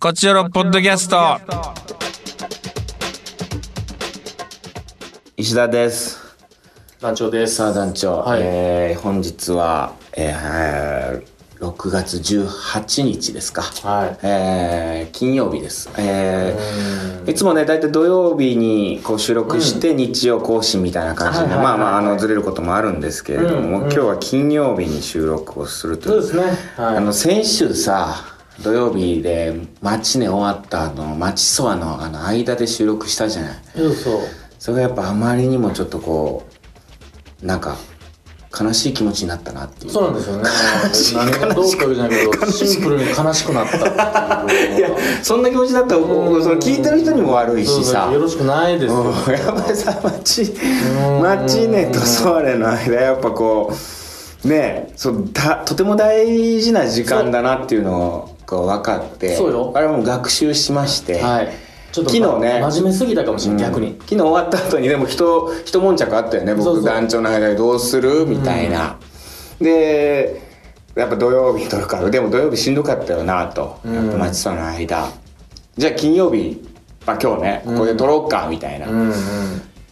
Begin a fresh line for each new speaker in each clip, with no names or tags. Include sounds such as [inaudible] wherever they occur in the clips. こちらのポッドキャスト。
石田です。
団長です。
さあ団長、
はい
えー本日は、えー、6月18日ですか。
はい。
えー金曜日です。えー
う
いつもね、大体土曜日にこう収録して日曜更新みたいな感じで、
はいはい
まあ
はい
まあ、あの、ずれることもあるんですけれども、
うんう
今
ん
日は金曜日に収録をすると
そ
いう
ですね。
あの
は
先週さ土曜日で町ね終わったあの町ソワのあの間で収録したじゃない
い。そうそう。
それがやっぱあまりにもちょっとこうなんか悲しい気持ちになったなっていう
そうなんですよね。何がどうってわけじゃないけど、シンプルに悲しくなったっていう。
そんな気持ちだったら
うん
その聞いてる人にも悪い
そう
し
そ
さ
うよろしくないですよ。
うんやっぱりさ町
ん
町ねとソワレの間やっぱこうねえそうだとても大事な時間だなっていうのをこう分かって
そうよ
あれも学習しまして
はい。ちょっと
昨日ね
真面目すぎたかもしれない。逆に。
昨日終わった後にでも人一悶着あったよね僕
そうそう
団長の間でどうするみたいな、でやっぱ土曜日撮るからでも土曜日しんどかったよなと、
うん
やっぱ町さんの間じゃあ金曜日、まあ、今日ねここで撮ろうかみたいな、
うんうん。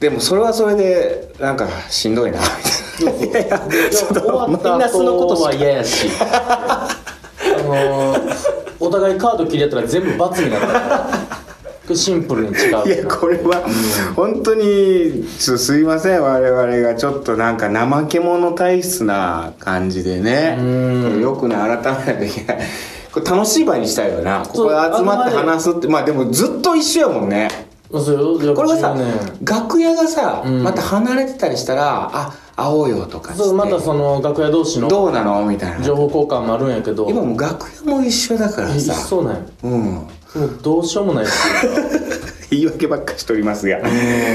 でもそれはそれでなんかしんどいなみたいないやいやちょっ
終
と
わっ
マ
た
イナスのこと
後
し
は
か
嫌やし。あのー、お互いカード切りやったら全部罰にな
[laughs]
るから。シンプルに違う。
いやこれは本当にちょっとすいません我々がちょっとなんか怠け者体質な感じでね
うん
これよくね改めないといけないこれ楽しい場にしたいよなここで集まって話すってまあでもずっと一緒やもんね
そうよ
これがさ
ね
楽屋がさ
うん
また離れてたりしたらあ会おうよとかし
そうまた
て
その楽屋同士の
どうなのみたいな
情報交換もあるんやけど
今もう楽屋も一緒だから
え
さ
そうなんや
うん
もうどうしようもないし
言い訳ばっかしておりますが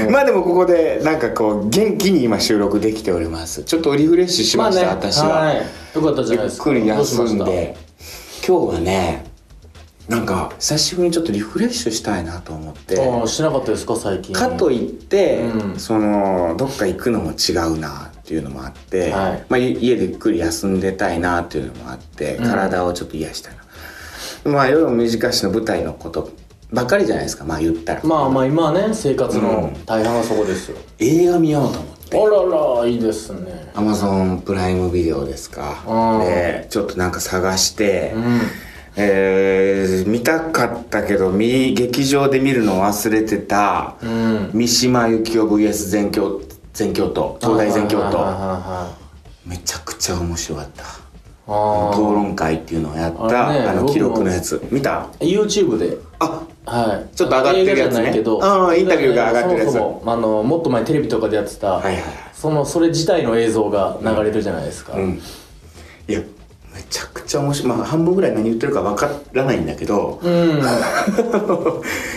まあでもここでなんかこう元気に今収録できておりますちょっとリフレッシュしました、私は、
いよかったじ
ゆ
ゃない
っ
ですか
くり休ん
どうしまし
で今日はねなんか久しぶりにちょっとリフレッシュしたいなと思って
たああしなかったですか最近
かといって、
うん
そのどっか行くのも違うなっていうのもあって、
はい
まあ、い家でゆっくり休んでたいなっていうのもあって
ん
体をちょっと癒したいな、まあ夜も短しの舞台のことばっかりじゃないですかまあ言ったら、
まあまあ今はね生活の
うん
大半はそこですよ、
映画見ようと思って
あららいいですね
Amazon プライムビデオです
う
か
ん
でちょっとなんか探して、
うん
えー見たかったけど見劇場で見るのを忘れてた、
うん
三島由紀夫 VS 全教全教徒東大全教
はいはいはい
徒
は
めちゃくちゃ面白かった
いはいあ
討論会っていうのをやった
あ
あ,、
れね
の
僕も
記録のやつ見た
あ YouTube で
あ
はい、
ちょっと上がってるやつね
映画じゃないけど
ああインタビューが上がってるやつ
そもそもあのもっと前テレビとかでやってた、
はいはいはい
そのそれ自体の映像が流れてるじゃないですか、
うんいやめちゃくちゃ面白いまあ半分ぐらい何言ってるかわからないんだけど、
うん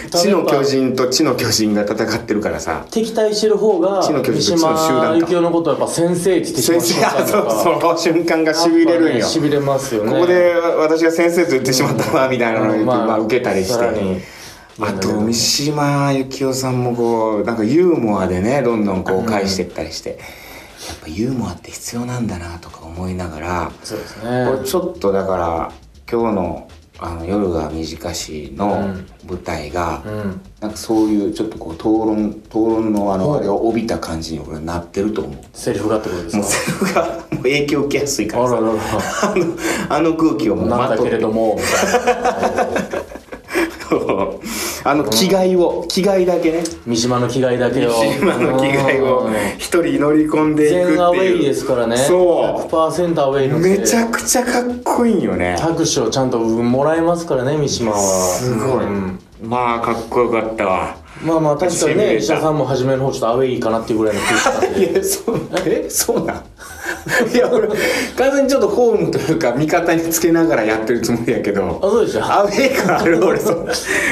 地の巨人と地の巨人が戦ってるからさ
敵対してる方が
地の巨人と地の集
三
団か
島由紀夫のことをやっぱ先生って言ってしま
先
っ
生
た
あそうその瞬間がしびれるんよ、
しびれますよね
ここで私が先生と言ってしまったわみたいなのを言って、
うんまあ
まあ、受けたりし
さらに
て。あと三島由紀夫さんもこうなんかユーモアでねどんどんこう返していったりして、やっぱユーモアって必要なんだなとか思いながら、
そうです
これ
ね
ちょっとだから今日の「あの夜が短し」
う
の
ん
舞台が、
うん
なんかそういうちょっとこう討論討論のあのあれを帯びた感じに俺はなってると思う。
セリフがってことです
もう
か
セルがもう影響受けやすいか
あ
ら
ら
さ
らら
あのあの空気をもう
なん
ま
だ
と
け
って
れどもみたいな
[laughs] あの着替えを着替えだけね
三島の着替えだけを
今の着替えを
うん
一人乗り込んでいくってい
全
う
アウェイですからね
そ
100%アウェイ
う
の
めちゃくちゃかっこいいよね
拍手をちゃんともらえますからね三島は
すごい、
うん
まあかっこよかったわ
まあまあ確かに
しびれ
ね
た
石田さんも初めの方ちょっとアウェイかなっていうぐらいの空気感
い
で
やそうえそうなん [laughs] いや俺完全にちょっとホームというか味方につけながらやってるつもりやけ
あ
ど
そうでしょ
アウェイ感ある俺そう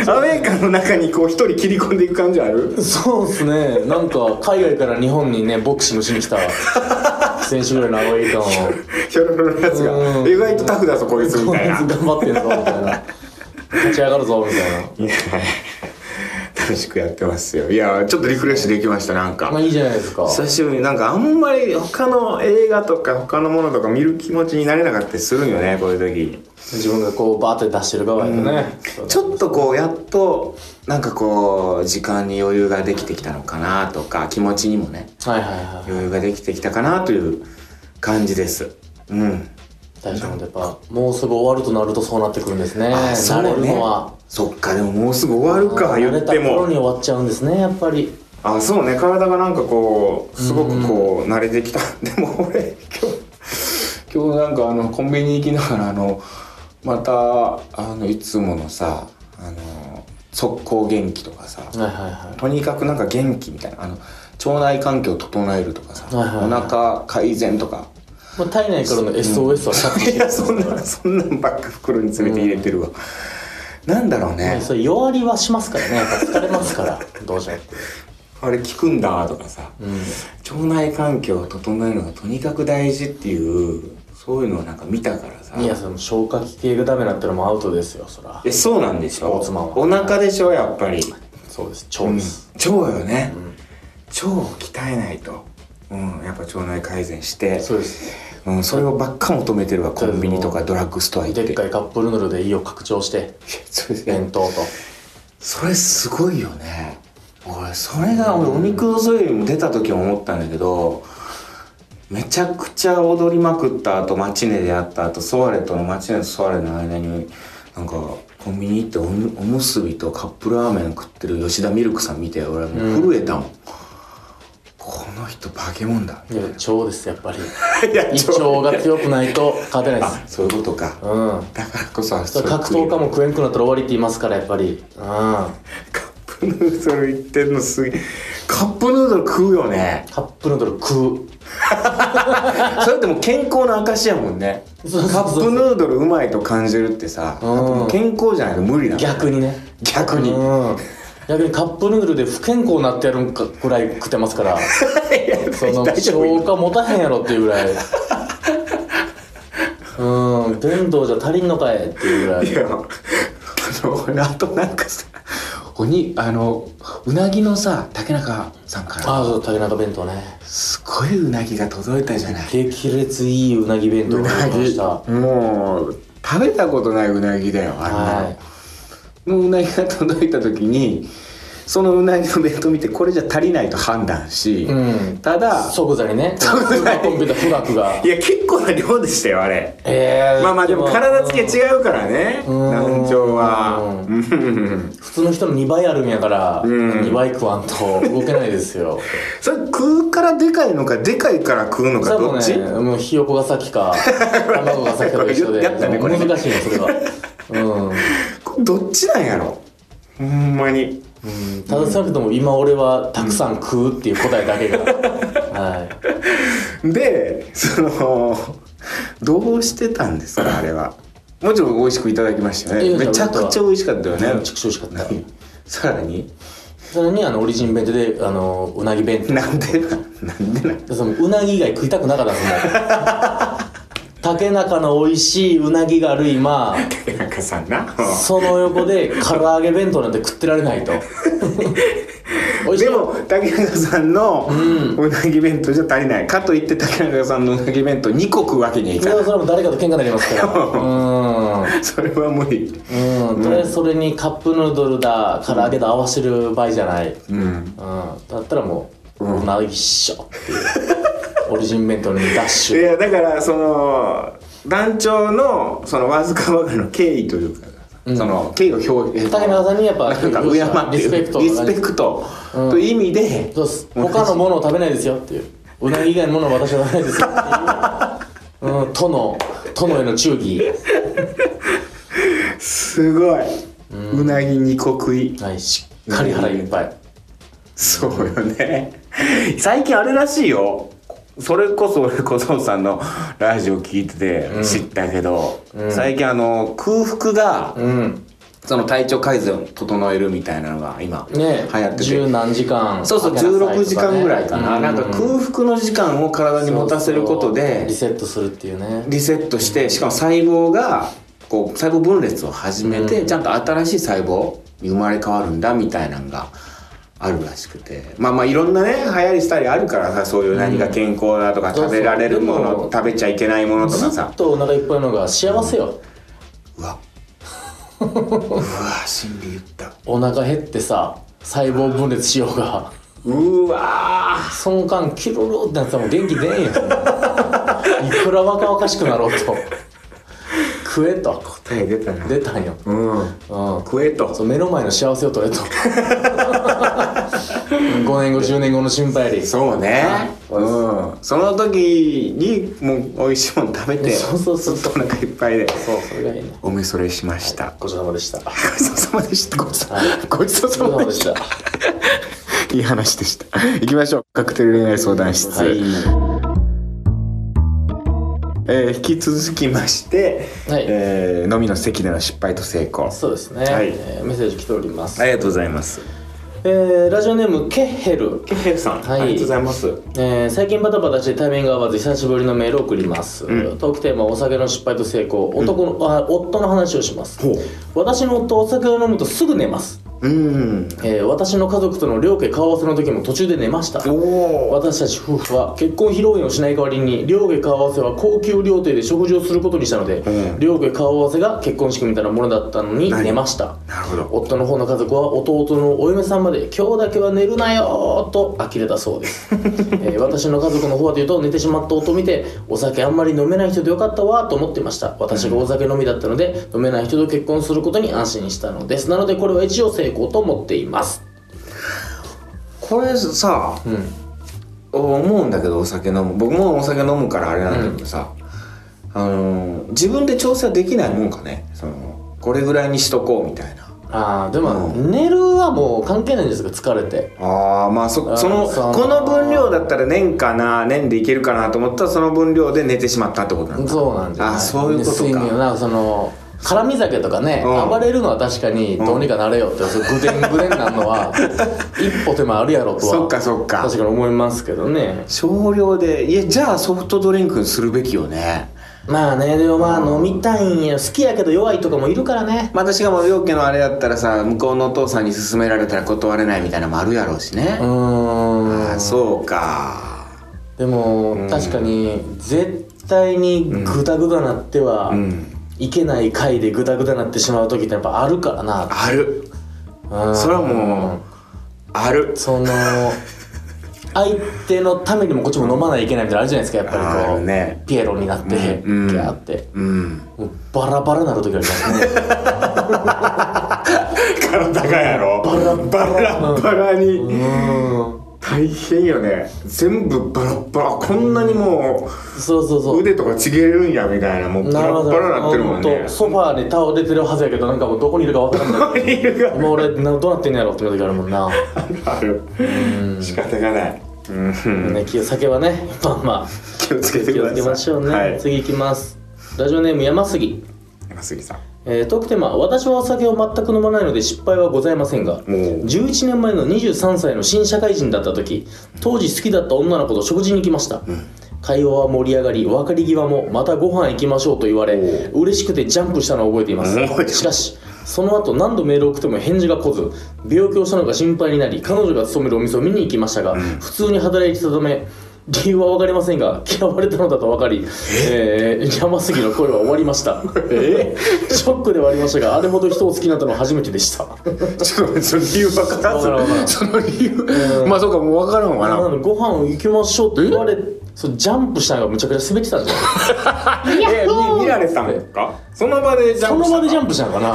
アウェイ感の中にこう一人切り込んでいく感じある
そうですねなんか海外から日本にねボクシングしに来た
[laughs]
選手ぐらいのアウェイ感を
ひょろひょろのやつ
う
が
ん
意外とタフだぞこいつみ
こい
たいな
つ頑張ってんぞみたいな立ち上がるぞみたいな
や楽しくやってますよいやちょっとリフレッシュできましたなんか
まあいいじゃないですか
久しぶりになんかあんまり他の映画とか他のものとか見る気持ちになれなかったりするんよねこういう時
自分がこうバーって出してる側やとね、
ちょっとこうやっとなんかこう時間に余裕ができてきたのかなとか気持ちにもね
はいはいはい
余裕ができてきたかなという感じですうん
大丈夫やっぱもうすぐ終わるとなるとそうなってくるんですね
あ
慣れるのは
そっかでももうすぐ終わるか言っ
慣
て
れた頃
も
に終わっちゃうんですねやっぱり
あそうね体がなんかこうすごくこう慣れてきた、 [laughs] でも俺今日今日なんかあのコンビニ行きながらあのまたあのいつものさあの速攻元気とかさ
はいはいは
とにかくなんか元気みたいなあの腸内環境を整えるとかさ、
はいはいはい
お腹改善とか
い、まあ、体内からの SOS はさっき
いやそんなそんなんばっか袋に詰めて入れてるわ、なんだろうね
それ弱りはしますからねやっぱ疲れますからどうじゃって
あれ効くんだとかさ
うん
腸内環境を整えるのがとにかく大事っていうそういうのをなんか見たからさ
いやその消化器系がダメなったらもうアウトですよそら
えそうなんでしょ
大妻は
お腹でしょやっぱり、
そうです
う
腸
ん
で
腸
す、
よね、
うん
腸を鍛えないと、うん、やっぱ腸内改善して
そうです
うん、それをばっか求めてるわコンビニとかドラッグストア行って
でっかいカップヌードルで胃を拡張 [laughs] して
それ
弁当と
それすごいよね俺それが俺お肉の添いも出た時も思ったんだけどめちゃくちゃ踊りまくった後マチネであった後ソワレとのマチネとソワレの間になんかコンビニ行っておむおむすびとカップラーメン食ってる吉田ミルクさん見て俺もう震えたもん、この人化け物だ
いや腸ですやっ [laughs] ぱり
いや
胃腸が強くないと勝てないです [laughs]
あそういうことか
うん
だからこそあ
それ格闘家も食えんくなったら終わりって言いますからやっぱりうんカ
カップヌードル行ってんのすげえカップヌードル食うよね
ップヌードル食う
それってもう健康の証やもんね
そうそうそう
カップヌードルうまいと感じるってさ
うん
やっぱもう健康じゃないと無理なの
逆にね
逆に
うん逆にカップヌードルで不健康になってやるんかぐらい食ってま
[laughs]
すからその
大丈夫
消化持たへんやろっていうぐらいうん電動じゃ足りんのかいっていうぐらい
いやあの俺あとなんかさおにあのうなぎのさ竹中さんから
ああそう竹中弁当ね
すごいうなぎが届いたじゃない
激烈いいうなぎ弁当
う
が
な
出てましたは
ぎもう食べたことないうなぎだよあんなの、のうなぎが届いた時にそのうなぎの弁当見てこれじゃ足りないと判断し、
いうん
ただ
即座にね
即座に
コンピューター富岳が
いや結構な量でしたよあれ
ええ
まあまあでも体つきが違うからね
うん
難聴は
う
うん
普通の人の2倍あるんやから、
うん
2倍食わんと動けないですよ
それ食うからでかいのかでかいから食うのか
それは
ど
も
っ
う
ち
ねもうひよこが
[laughs]
先か卵が先かと一緒で
やったねこれね
難しいねそれは
どっちなんやろほんまに
うん、うん、ただ少なくとも今俺はたくさん食うっていう答えだ
[laughs]
けが、はい
でそのどうしてたんですかあれはもちろん美味しくいただきましたよ
いや
ね
いや
めちゃくちゃ美味しかったよね
めちゃくちゃ美味しかった
何さらに
それにあのオリジン弁当であのうなぎ弁当
なんでななんでなん
でそのうなぎ以外食いたくなかったんですもん
[laughs]
竹中の美味しいうなぎがある今
竹中さんな
その横で唐揚げ弁当なんて食ってられな
[laughs]
いと美味しい
でも竹中さんのうなぎ弁当じゃ足りない、かといって竹中さんのうなぎ弁当2個食うわけにはい
そ
か
れ
な
はそれはもう誰かと喧嘩になりますからう
いそれは無理
んうんとりあえずそれにカップヌードルだ唐揚げだ合わせる場合じゃない、うん、
うん
だったらもう、うなぎっしょっていうオリジン弁当にダッ
い
シュ
やだからその団長のそのわずかわがの敬意というか、その敬意を表現
竹中さんにやっぱ
なんか敬って
リスペクト
リスペクトという意味で、
そうです他のものを食べないですよっていううなぎ以外のものを私は食べないですよっていう、うん、殿殿への忠義
すごい、うなぎ2個食い
はい、しっかり腹いっぱい。
そうよね。最近あれらしいよ。それこそ俺小僧さんのラジオ聞いてて知ったけど、最近あの空腹が、
うん。
その体調改善を整えるみたいなのが今流
ね
行ってて、
十何時間。
そうそう16時間ぐらいかな、なんか空腹の時間を体に持たせることで
リセットするっていうね。
リセットしてしかも細胞がこう細胞分裂を始めて、ちゃんと新しい細胞に生まれ変わるんだみたいなんがあるらしくてまあまあいろんなね流行りしたりあるからさそういう何が健康だとか、
ん
食べられるも
そう
の
そうでも
食べちゃいけないものとか
ず
さ
っとお腹いっぱいのが幸せよ、
うわうわ心理言った
お腹減ってさ細胞分裂しようが
うわー
その間キロロってなってたらもう元気出んよいくら若々しくなろうと食えと
答え出たな
出たんよ、
うん
うん、
食えと
そう目の前の幸せを取れと [laughs] 5年後10年後の心配より
そうね
はい
うんその時にもう美味しいもの食べて
そうそうそう
ずっとお腹いっぱいで
そうそれがいいね
おめそれしました
ごちそうさまでした
ごちそうさまでしたごちそう
はい
ごちそうさまでした
ごちそうさ
いい話でした行きましょうカクテル恋愛相談室、
は
えー引き続きまして、
はい
えー飲みの席での失敗と成功
いそうですね、
はい
えーメッセージ来ております、
ありがとうございます
えーラジオネームケッヘル
ケヘルさん、
はい
ありがとうございます
えー最近バタバタしてタイミングが合わず久しぶりのメールを送ります、
う
トークテーマはお酒の失敗と成功男の、あ夫の話をします
ほう
私の夫はお酒を飲むとすぐ寝ます、
うん
えー私の家族との両家顔合わせの時も途中で寝ました
おお
私たち夫婦は結婚披露宴をしない代わりに両家顔合わせは高級料亭で食事をすることにしたので、
うん
両家顔合わせが結婚式みたいなものだったのに
何
寝ました
なるほど
夫の方の家族は弟のお嫁さんまで「今日だけは寝るなよ」と呆れたそ
[laughs]
うです、えー私の家族の方はというと寝てしまった夫を見てお酒あんまり飲めない人でよかったわと思ってました私がお酒飲みだったので飲めない人と結婚することに安心したのですなのでこれは一応成功と思っています
これさ
うん
思うんだけどお酒飲む僕もお酒飲むからあれなんだけどさ、あのー自分で調整できないもんかねそのこれぐらいにしとこうみたいな
ああでも、
う
寝るはもう関係ないんですか疲れて
あーまあそ
あー
その
その
この分量だったら年かな年でいけるかなと思ったらその分量で寝てしまったってことなんだ
そうなんじゃない
あそういうことか
ね睡眠なその絡み酒とかね、
うん
暴れるのは確かにどうにかなれよって、そうぐでんぐでんなんのは一歩手間あるやろとは
そっかそっか
確かに思いますけどね
少量でいやじゃあソフトドリンクにするべきよね
まあねでもまあ飲みたいんや好きやけど弱いとかもいるからね
まあ私がもう両家のあれだったらさ向こうのお父さんに勧められたら断れないみたいなのもあるやろうし
うー
ね、あ
ん
ーそうか
でも、確かに絶対にグダグダなっては、
うん
いけない回でグダグダなってしまう時ってやっぱあるからな
ある
うん
それはもうある
その相手のためにもこっちも飲まないといけないみたいなのあるじゃないですかやっぱりこ
あ
う、
るね
ピエロになって、
うん
ギャーって
うん
もうバラバラなる時ありますね
体がやろバラバラバラに、
うん
大変よね全部バラッバラこんなにも
そうそう
う
そう
腕とかちぎれるんやみたいなもうバラッバラなってるもん
ほ
ね
んとソファーで倒れてるはずやけどなんかもうどこにいるか分からんない
理由が
今俺などうなってんのやろっていう時あるもんな、
ある仕方がないうん
ね、気を酒はねまあまあ
気をつけて
気
く
を
だ
つ
さい
けましょうね、
はい
次いきますラジオネーム山杉
山杉さん
えー、トークテーマ「私はお酒を全く飲まないので失敗はございませんが」
ー
11年前の23歳の新社会人だった時当時好きだった女の子と食事に行きました、会話は盛り上がり別れ際も「またご飯行きましょう」と言われ嬉しくてジャンプしたのを覚えています
おー
しかしその後何度メールを送っても返事が来ず病気をしたのか心配になり彼女が勤めるお店を見に行きましたが、普通に働いていたため理由は分かりませんが嫌われたのだと分かり、えー、山杉の恋は終わりましたえーショックではありましたがあれほど人を好きになったのは初めてでし
ちょ
た
っと待ってその理由はか
わからんわから
か
ん
ずその理由まあそうかもう分からんわ
な
な
のでご飯行きましょうって言われそうジャンプしたのがむちゃくちゃ滑ってたんじゃない
えみ見られてたのかその場でジャ
そ
ンプ
の
した
場でジャンプしたのかな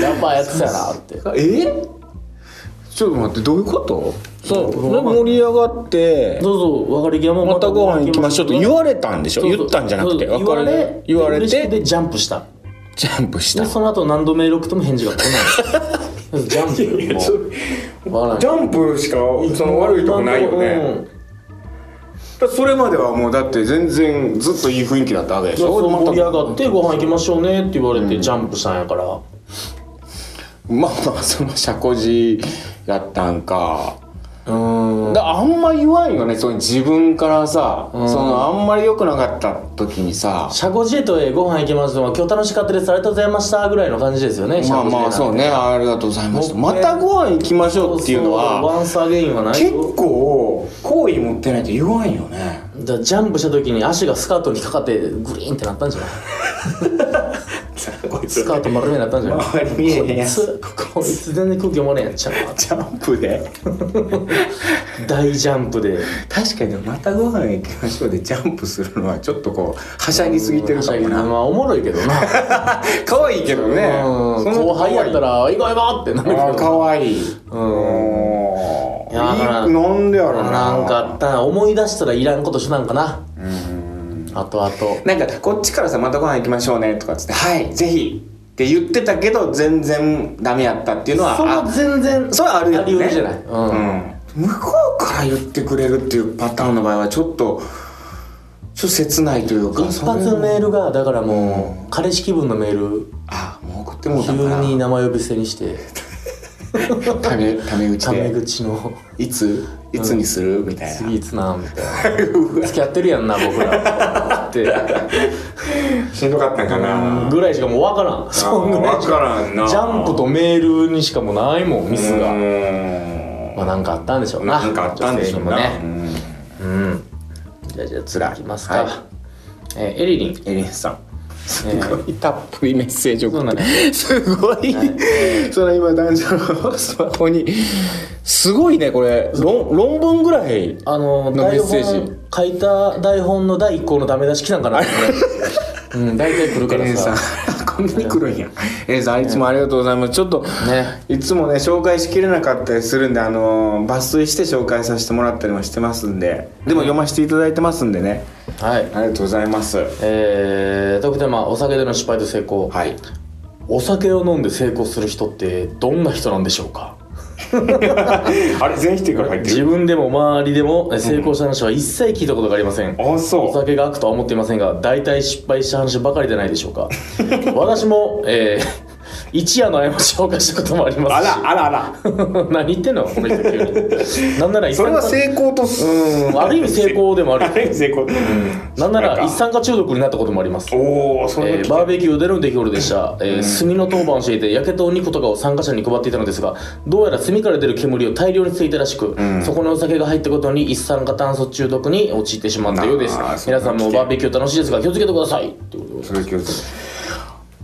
やっぱやってたよなって
えちょっと待ってどういうことそうう盛り上がって
どうぞ別れ際も
またご飯行きましょうと言
わ
われたんでしょ言ったんじゃなくて
言われ
言われ
嬉しく
て
てジャンプした
ジャンプし
で
た
その後何度メール送っても返事が来ないジャンプよもうわ
ジ
か
ャンプしか
らん
その悪いとこないよねだそれまではもうだって全然ずっといい雰囲気だったわけで
うん
し
いやそう
ょ
盛り上がってご飯行きましょうねって言われてジャンプしたんやから
まあまあその社交辞やったんか
うん
だあんま言わんよねその自分からさ、
うん
そのあんまり良くなかった時にさ
社交辞令とえご飯行きますと今日楽しかったですありがとうございましたぐらいの感じですよね
まあまあ
社交辞令なんて
そうねありがとうございました
もう
ま
ね
たご飯行きましょうっていうの
そそ
は
ワンスアゲインはない
結
よ
構好意持ってないと言わんよね
だジャンプした時に足がスカートに引っかかってグリーンってなったんじゃない
こい
スカート丸めになったんじ
[laughs]
ゃない
周り見えへんやつ
こいつこいつ全然空気読まれへんやっちゃうわ
ジャンプで
大ジャンプで
確かにまたご飯行きましょうでジャンプするのはちょっとこうはしゃぎすぎてるかも
ま
な
あおもろいけど
[laughs]
な
可愛いけどね
うん
その
後輩やったら「いこいこ!」ってなるけど
ああ可愛い
んいやだから
いいなんでやろうな
なんかあったな思い出したらいらんことしたんかなあとあと
なんかこっちからさ「またご飯行きましょうね」とかっつって「はいぜひ」って言ってたけど全然ダメやったっていうのは
それは
あ
全然
それはあるよ
あり得
ね
るじゃないうん
うん向こうから言ってくれるっていうパターンの場合はちょっとちょっと切ないというか
一
それ
発メールがだからもう彼氏気分のメール
あもう送ってもう
急
たんかな
に名前呼び捨てにして
タメタメ口
タメ
で
口の
いついつにする、みたいな
次いつなみたい
[laughs]
な付き合ってるやんな僕らって
しんどかったんかな
ぐらいしかもう分からんそんぐらいしか
からんな
ジャンプとメールにしかもうないもんミスがまあなんかあったんでしょうな
なんかあったんでしょうな、
女性に
うん
もねうんじゃあじゃあ次いきます
はい
かえーエリリン
エリンさんす
えー
ごいたっぷりメッセージを
そう
送
な
っ
んだ
てすごいその今男女のスマホにすごいねこれ論論文ぐらい
あの
のメ
台
ッセージ
本書いた台本の第一項のダメ出し来たん
[laughs]
かなと思ってうん大体来る
エ
か
リン
ら
さん [laughs]
さ
こんなに来るんやエリンさんいつもありがとうございますちょっと
ね
いつもね紹介しきれなかったりするんであの抜粋して紹介させてもらったりもしてますんででも読ませていただいてますんでね
はい
ありがとうございます
えー、特典まあお酒での失敗と成功、
はい
お酒を飲んで成功する人ってどんな人なんでしょうか
あれ全否定から入
自分でも周りでもえ成功した話は一切聞いたことがありません、
あそう
お酒が悪とは思っていませんが大体失敗した話ばかりじゃないでし
[laughs]
ょうか私も、えー一夜の過ちを犯したこともありますし
あらあら
[laughs] 何言ってんのこの人急になんなら一
そ
酸
れ
化
は成功とす
うんある意味成功でもある
あ [laughs] る意味成功
なんなら一酸化中毒になったこともあります
おおそれ
え
は
ー
き
バーベキューでの出来事でした、えー炭の当番をしていて焼けたお肉とかを参加者に配っていたのですがどうやら炭から出る煙を大量に吸いたらしく、そこにお酒が入ったことに一酸化炭素中毒に陥ってしまったようです
あーそんな
皆さんもバーベキュー楽しいですが気をつけてくださいってことです
それ気をつけて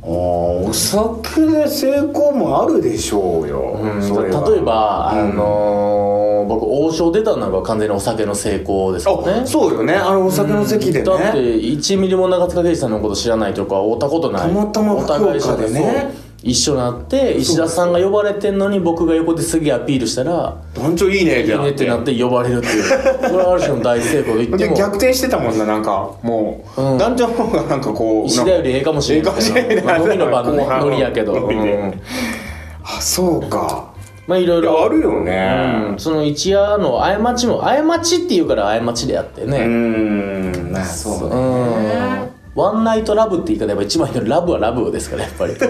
あーお酒で成功もあるでしょうよ、それは
例えば、あのー僕王将出たのが完全にお酒の成功ですよね
あそうよねあのお酒の席でね、
だって1ミリも長塚圭史さんのこと知らないとか会ったことない
たまたま福岡でね
お互いそう一緒になって石田さんが呼ばれてんのに僕が横ですげえアピールしたら
団長いいね
いいねってなって呼ばれるっていうそれはある種の大成功と言って
で
も
逆転してたもんななんかもう、
うん
団長の方がなんかこう
石田よりええかもしれん
ええかもしれん
まあ飲みの場のね
後半
ノリやけど、
ノリで
うん
あそうか
まあいろい
いやあ
ろ
るよ
う
ね
ん、その一夜の過ちも過ちっていうから過ちであってね、
うんんまあそうね
うんワンナイトラブって言い方やっぱ一番いいのはラブはラブですからやっ
[laughs]
ぱりは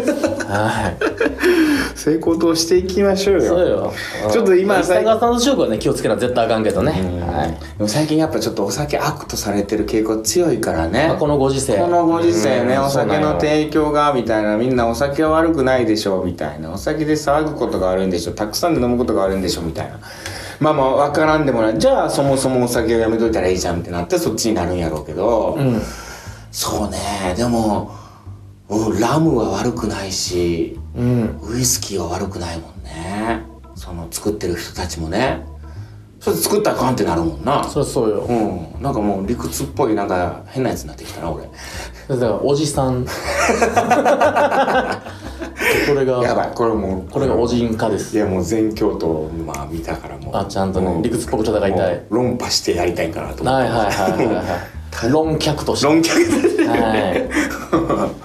い
成功としていきましょうよ
そうよ
ちょっと今
最川さんの勝負はね気をつけな絶対あかんけどね、はい
でも最近やっぱちょっとお酒悪とされてる傾向強いからね、
まあ、このご時世
このご時世ね、
うん
お酒の提供がみたいなみんなお酒は悪くないでしょうみたいなお酒で騒ぐことがあるんでしょうたくさんで飲むことがあるんでしょうみたいなまあまあ分からんでもないじゃあそもそもお酒をやめといたらいいじゃんってなってそっちになるんやろうけど、
そうなんよ
そうねでもうんラムは悪くないし
うん、うん、
ウイスキーは悪くないもんねその作ってる人たちもねそれ作ったらあかんってなるもんな
そりゃそうよ
うん、なんかもう理屈っぽいなんか変なやつになってきたな俺
だからおじさ [laughs] んこれ
や
が
ばいこれもう
これがおじんかです
やもう全教徒まあ見たからもう
あちゃんとね
もう
理屈っぽく戦いたい
もう論破してやりたいかなと思っ
は
て
いはいはいはいはい論客として
論客
はい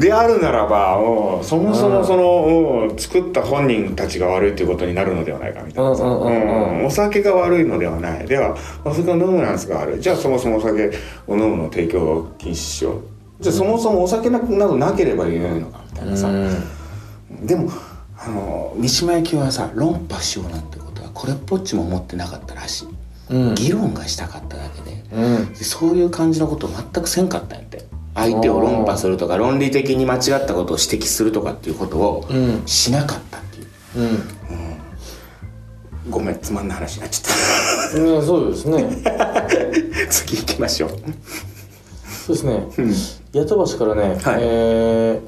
であるならばうんそもそもそのうん作った本人たちが悪いということになるのではないかみたいなさ
うんうんうんうん
うんお酒が悪いのではないではお酒を飲むなんすが悪いじゃあそもそもお酒を飲むの提供を禁止しようじゃあそもそもお酒などなければいいのかみたいなさ
うん
でもあの三島由紀夫はさ論破しようなんてことはこれっぽっちも思ってなかったらしい、
うん
議論がしたかっただけで
うん
でそういう感じのことを全くせんかったんやって相手を論破するとか論理的に間違ったことを指摘するとかっていうことを
うん
しなかったっていう、
う
ごめんつまんない話になっちゃっ
ん、うん、そうですね
[laughs] た次行きましょう
そうですね、八飛ばしからね、
はい
え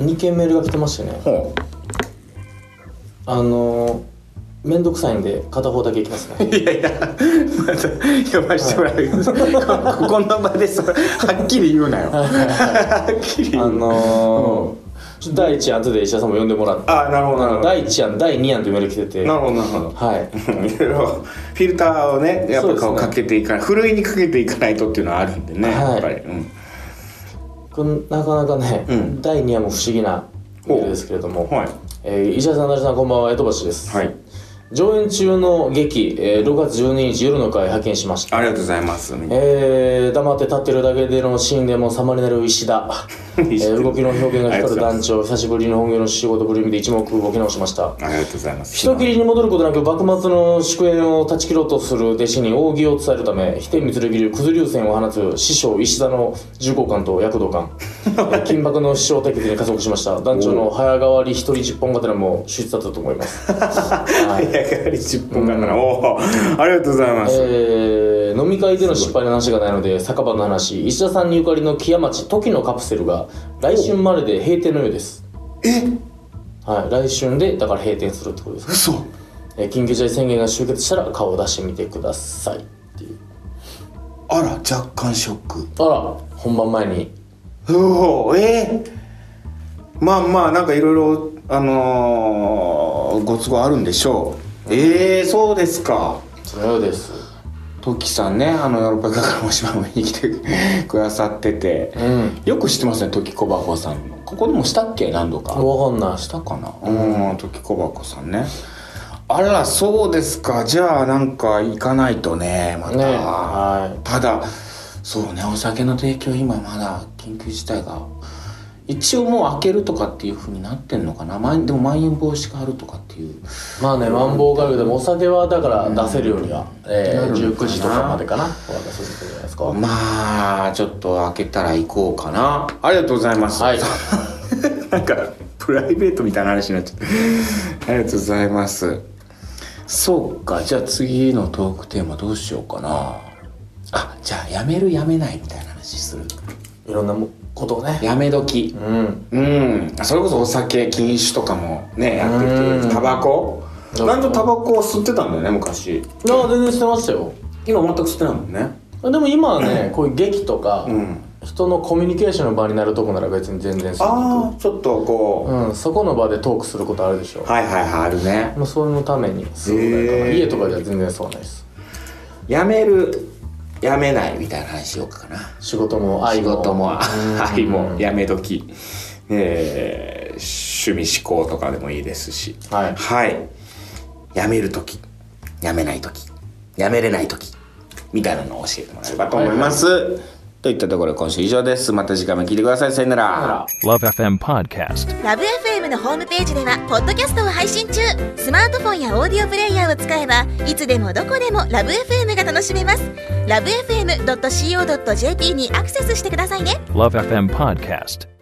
ー、2件メールが来てましてね
ほ
あのー、めんどくさいんで片方だけいきますね
ういやいやまた読ませてもらう、 [laughs] ここの場でそれはっきり言うなよはっきり
あ
言うな
のーちょっと第1案後で石田さんも呼んでもらって
あなるほどなるほど
第1案第2案というメール来てて
なる
は
ほどなるほど
い
うんいろいろフィルターをねやっぱ
そ
顔
うですね
かけていかないふるいにかけていかないとっていうのはあるんでね、
はい
やっぱり、うん、
これなかなかね、
うん
第2案も不思議なメールですけれども、
はい
えー石田さん、成田さん、こんばんは、江戸橋です。
はい
上演中の劇、えー6月12日夜の会拝見しました。
ありがとうございますみんな
えー、黙って立ってるだけでのシーンでも様になる石田、え
[laughs] 石田
ー動きの表現が
ありがとうご
光る
ざい
団長久しぶりの本業の仕事ぶりを見て一目動き直しました
ありがとうございます
人斬りに戻ることなく幕末の祝宴を断ち切ろうとする弟子に扇を伝えるため飛天光流九頭竜線を放つ師匠石田の重厚感と躍動感えー金箔の師匠対決に加速しました団長の早変わり一人十本刀も秀逸だったと思いますはい
早がり10分間から、おおありがとうございます、
えー飲み会での失敗の話がないので酒場の話石田さんにゆかりの木屋町時のカプセルが来春までで閉店のようです
え
はい来春でだから閉店するってことです、
嘘
えー緊急事態宣言が終結したら顔を出してみてくださいっていう
あら若干ショック
あら本番前に
おおえーまあまあなんかいろいろあのーご都合あるんでしょうええー、そうですか
そのようです
トキさんねあのヨーロッパから大島上に来てく [laughs] ださってて
うん
よく知ってますねトキコバコさんここでもしたっけ何度か
分かんない
したかなうんトキコバコさんねあらそうですかじゃあなんか行かないとねまた
ねはい
ただそうねお酒の提供今まだ緊急事態が一応もう開けるとかっていうふうになってんのかなまんでもまん延防止があるとかっていう
まあねマンボウガルでもお酒はだから出せるようには、え
なる
ー、
のかな
19時とかまでかなお渡しするんじゃないですかは
まあちょっと開けたら行こうかなありがとうございます、
い
[laughs] なんかプライベートみたいな話になっちゃったありがとうございますそうかじゃあ次のトークテーマどうしようかなあじゃあやめるやめないみたいな話する
いろんなもことをね
やめ時
うん
うん、それこそお酒禁酒とかもねやってるけ
う
ど
ん
タバコ
うん
なんとタバコを吸ってたんだよね昔
ああ全然してましたよ
今全く吸ってないもんね
でも今はねこういう劇とか、
うん
人のコミュニケーションの場になるとこなら別に全然そ
ああちょっとこう、
うんそこの場でトークすることあるでしょ
はいはいはいあるね
もうそれのためにすぐらいかな
へー
家とかでは全然そうないです
やめるやめないみたいな話しようかな
仕事も愛
仕
も
[laughs] 事も
うん
愛もやめ時えー趣味思考とかでもいいですし
はい
はいやめる時やめない時やめれない時みたいなのを教えてもらえればと思います、といったところで今週以上ですまた次回も聞いてくださいさよなら
なら
Love FM Podcast.
ラブ f m のホームページではポッドキャストを配信中スマートフォンやオーディオプレイヤーを使えばいつでもどこでもラブ f m が楽しめますラブ FM.co.jp にアクセスしてくださいね
Love FM Podcast.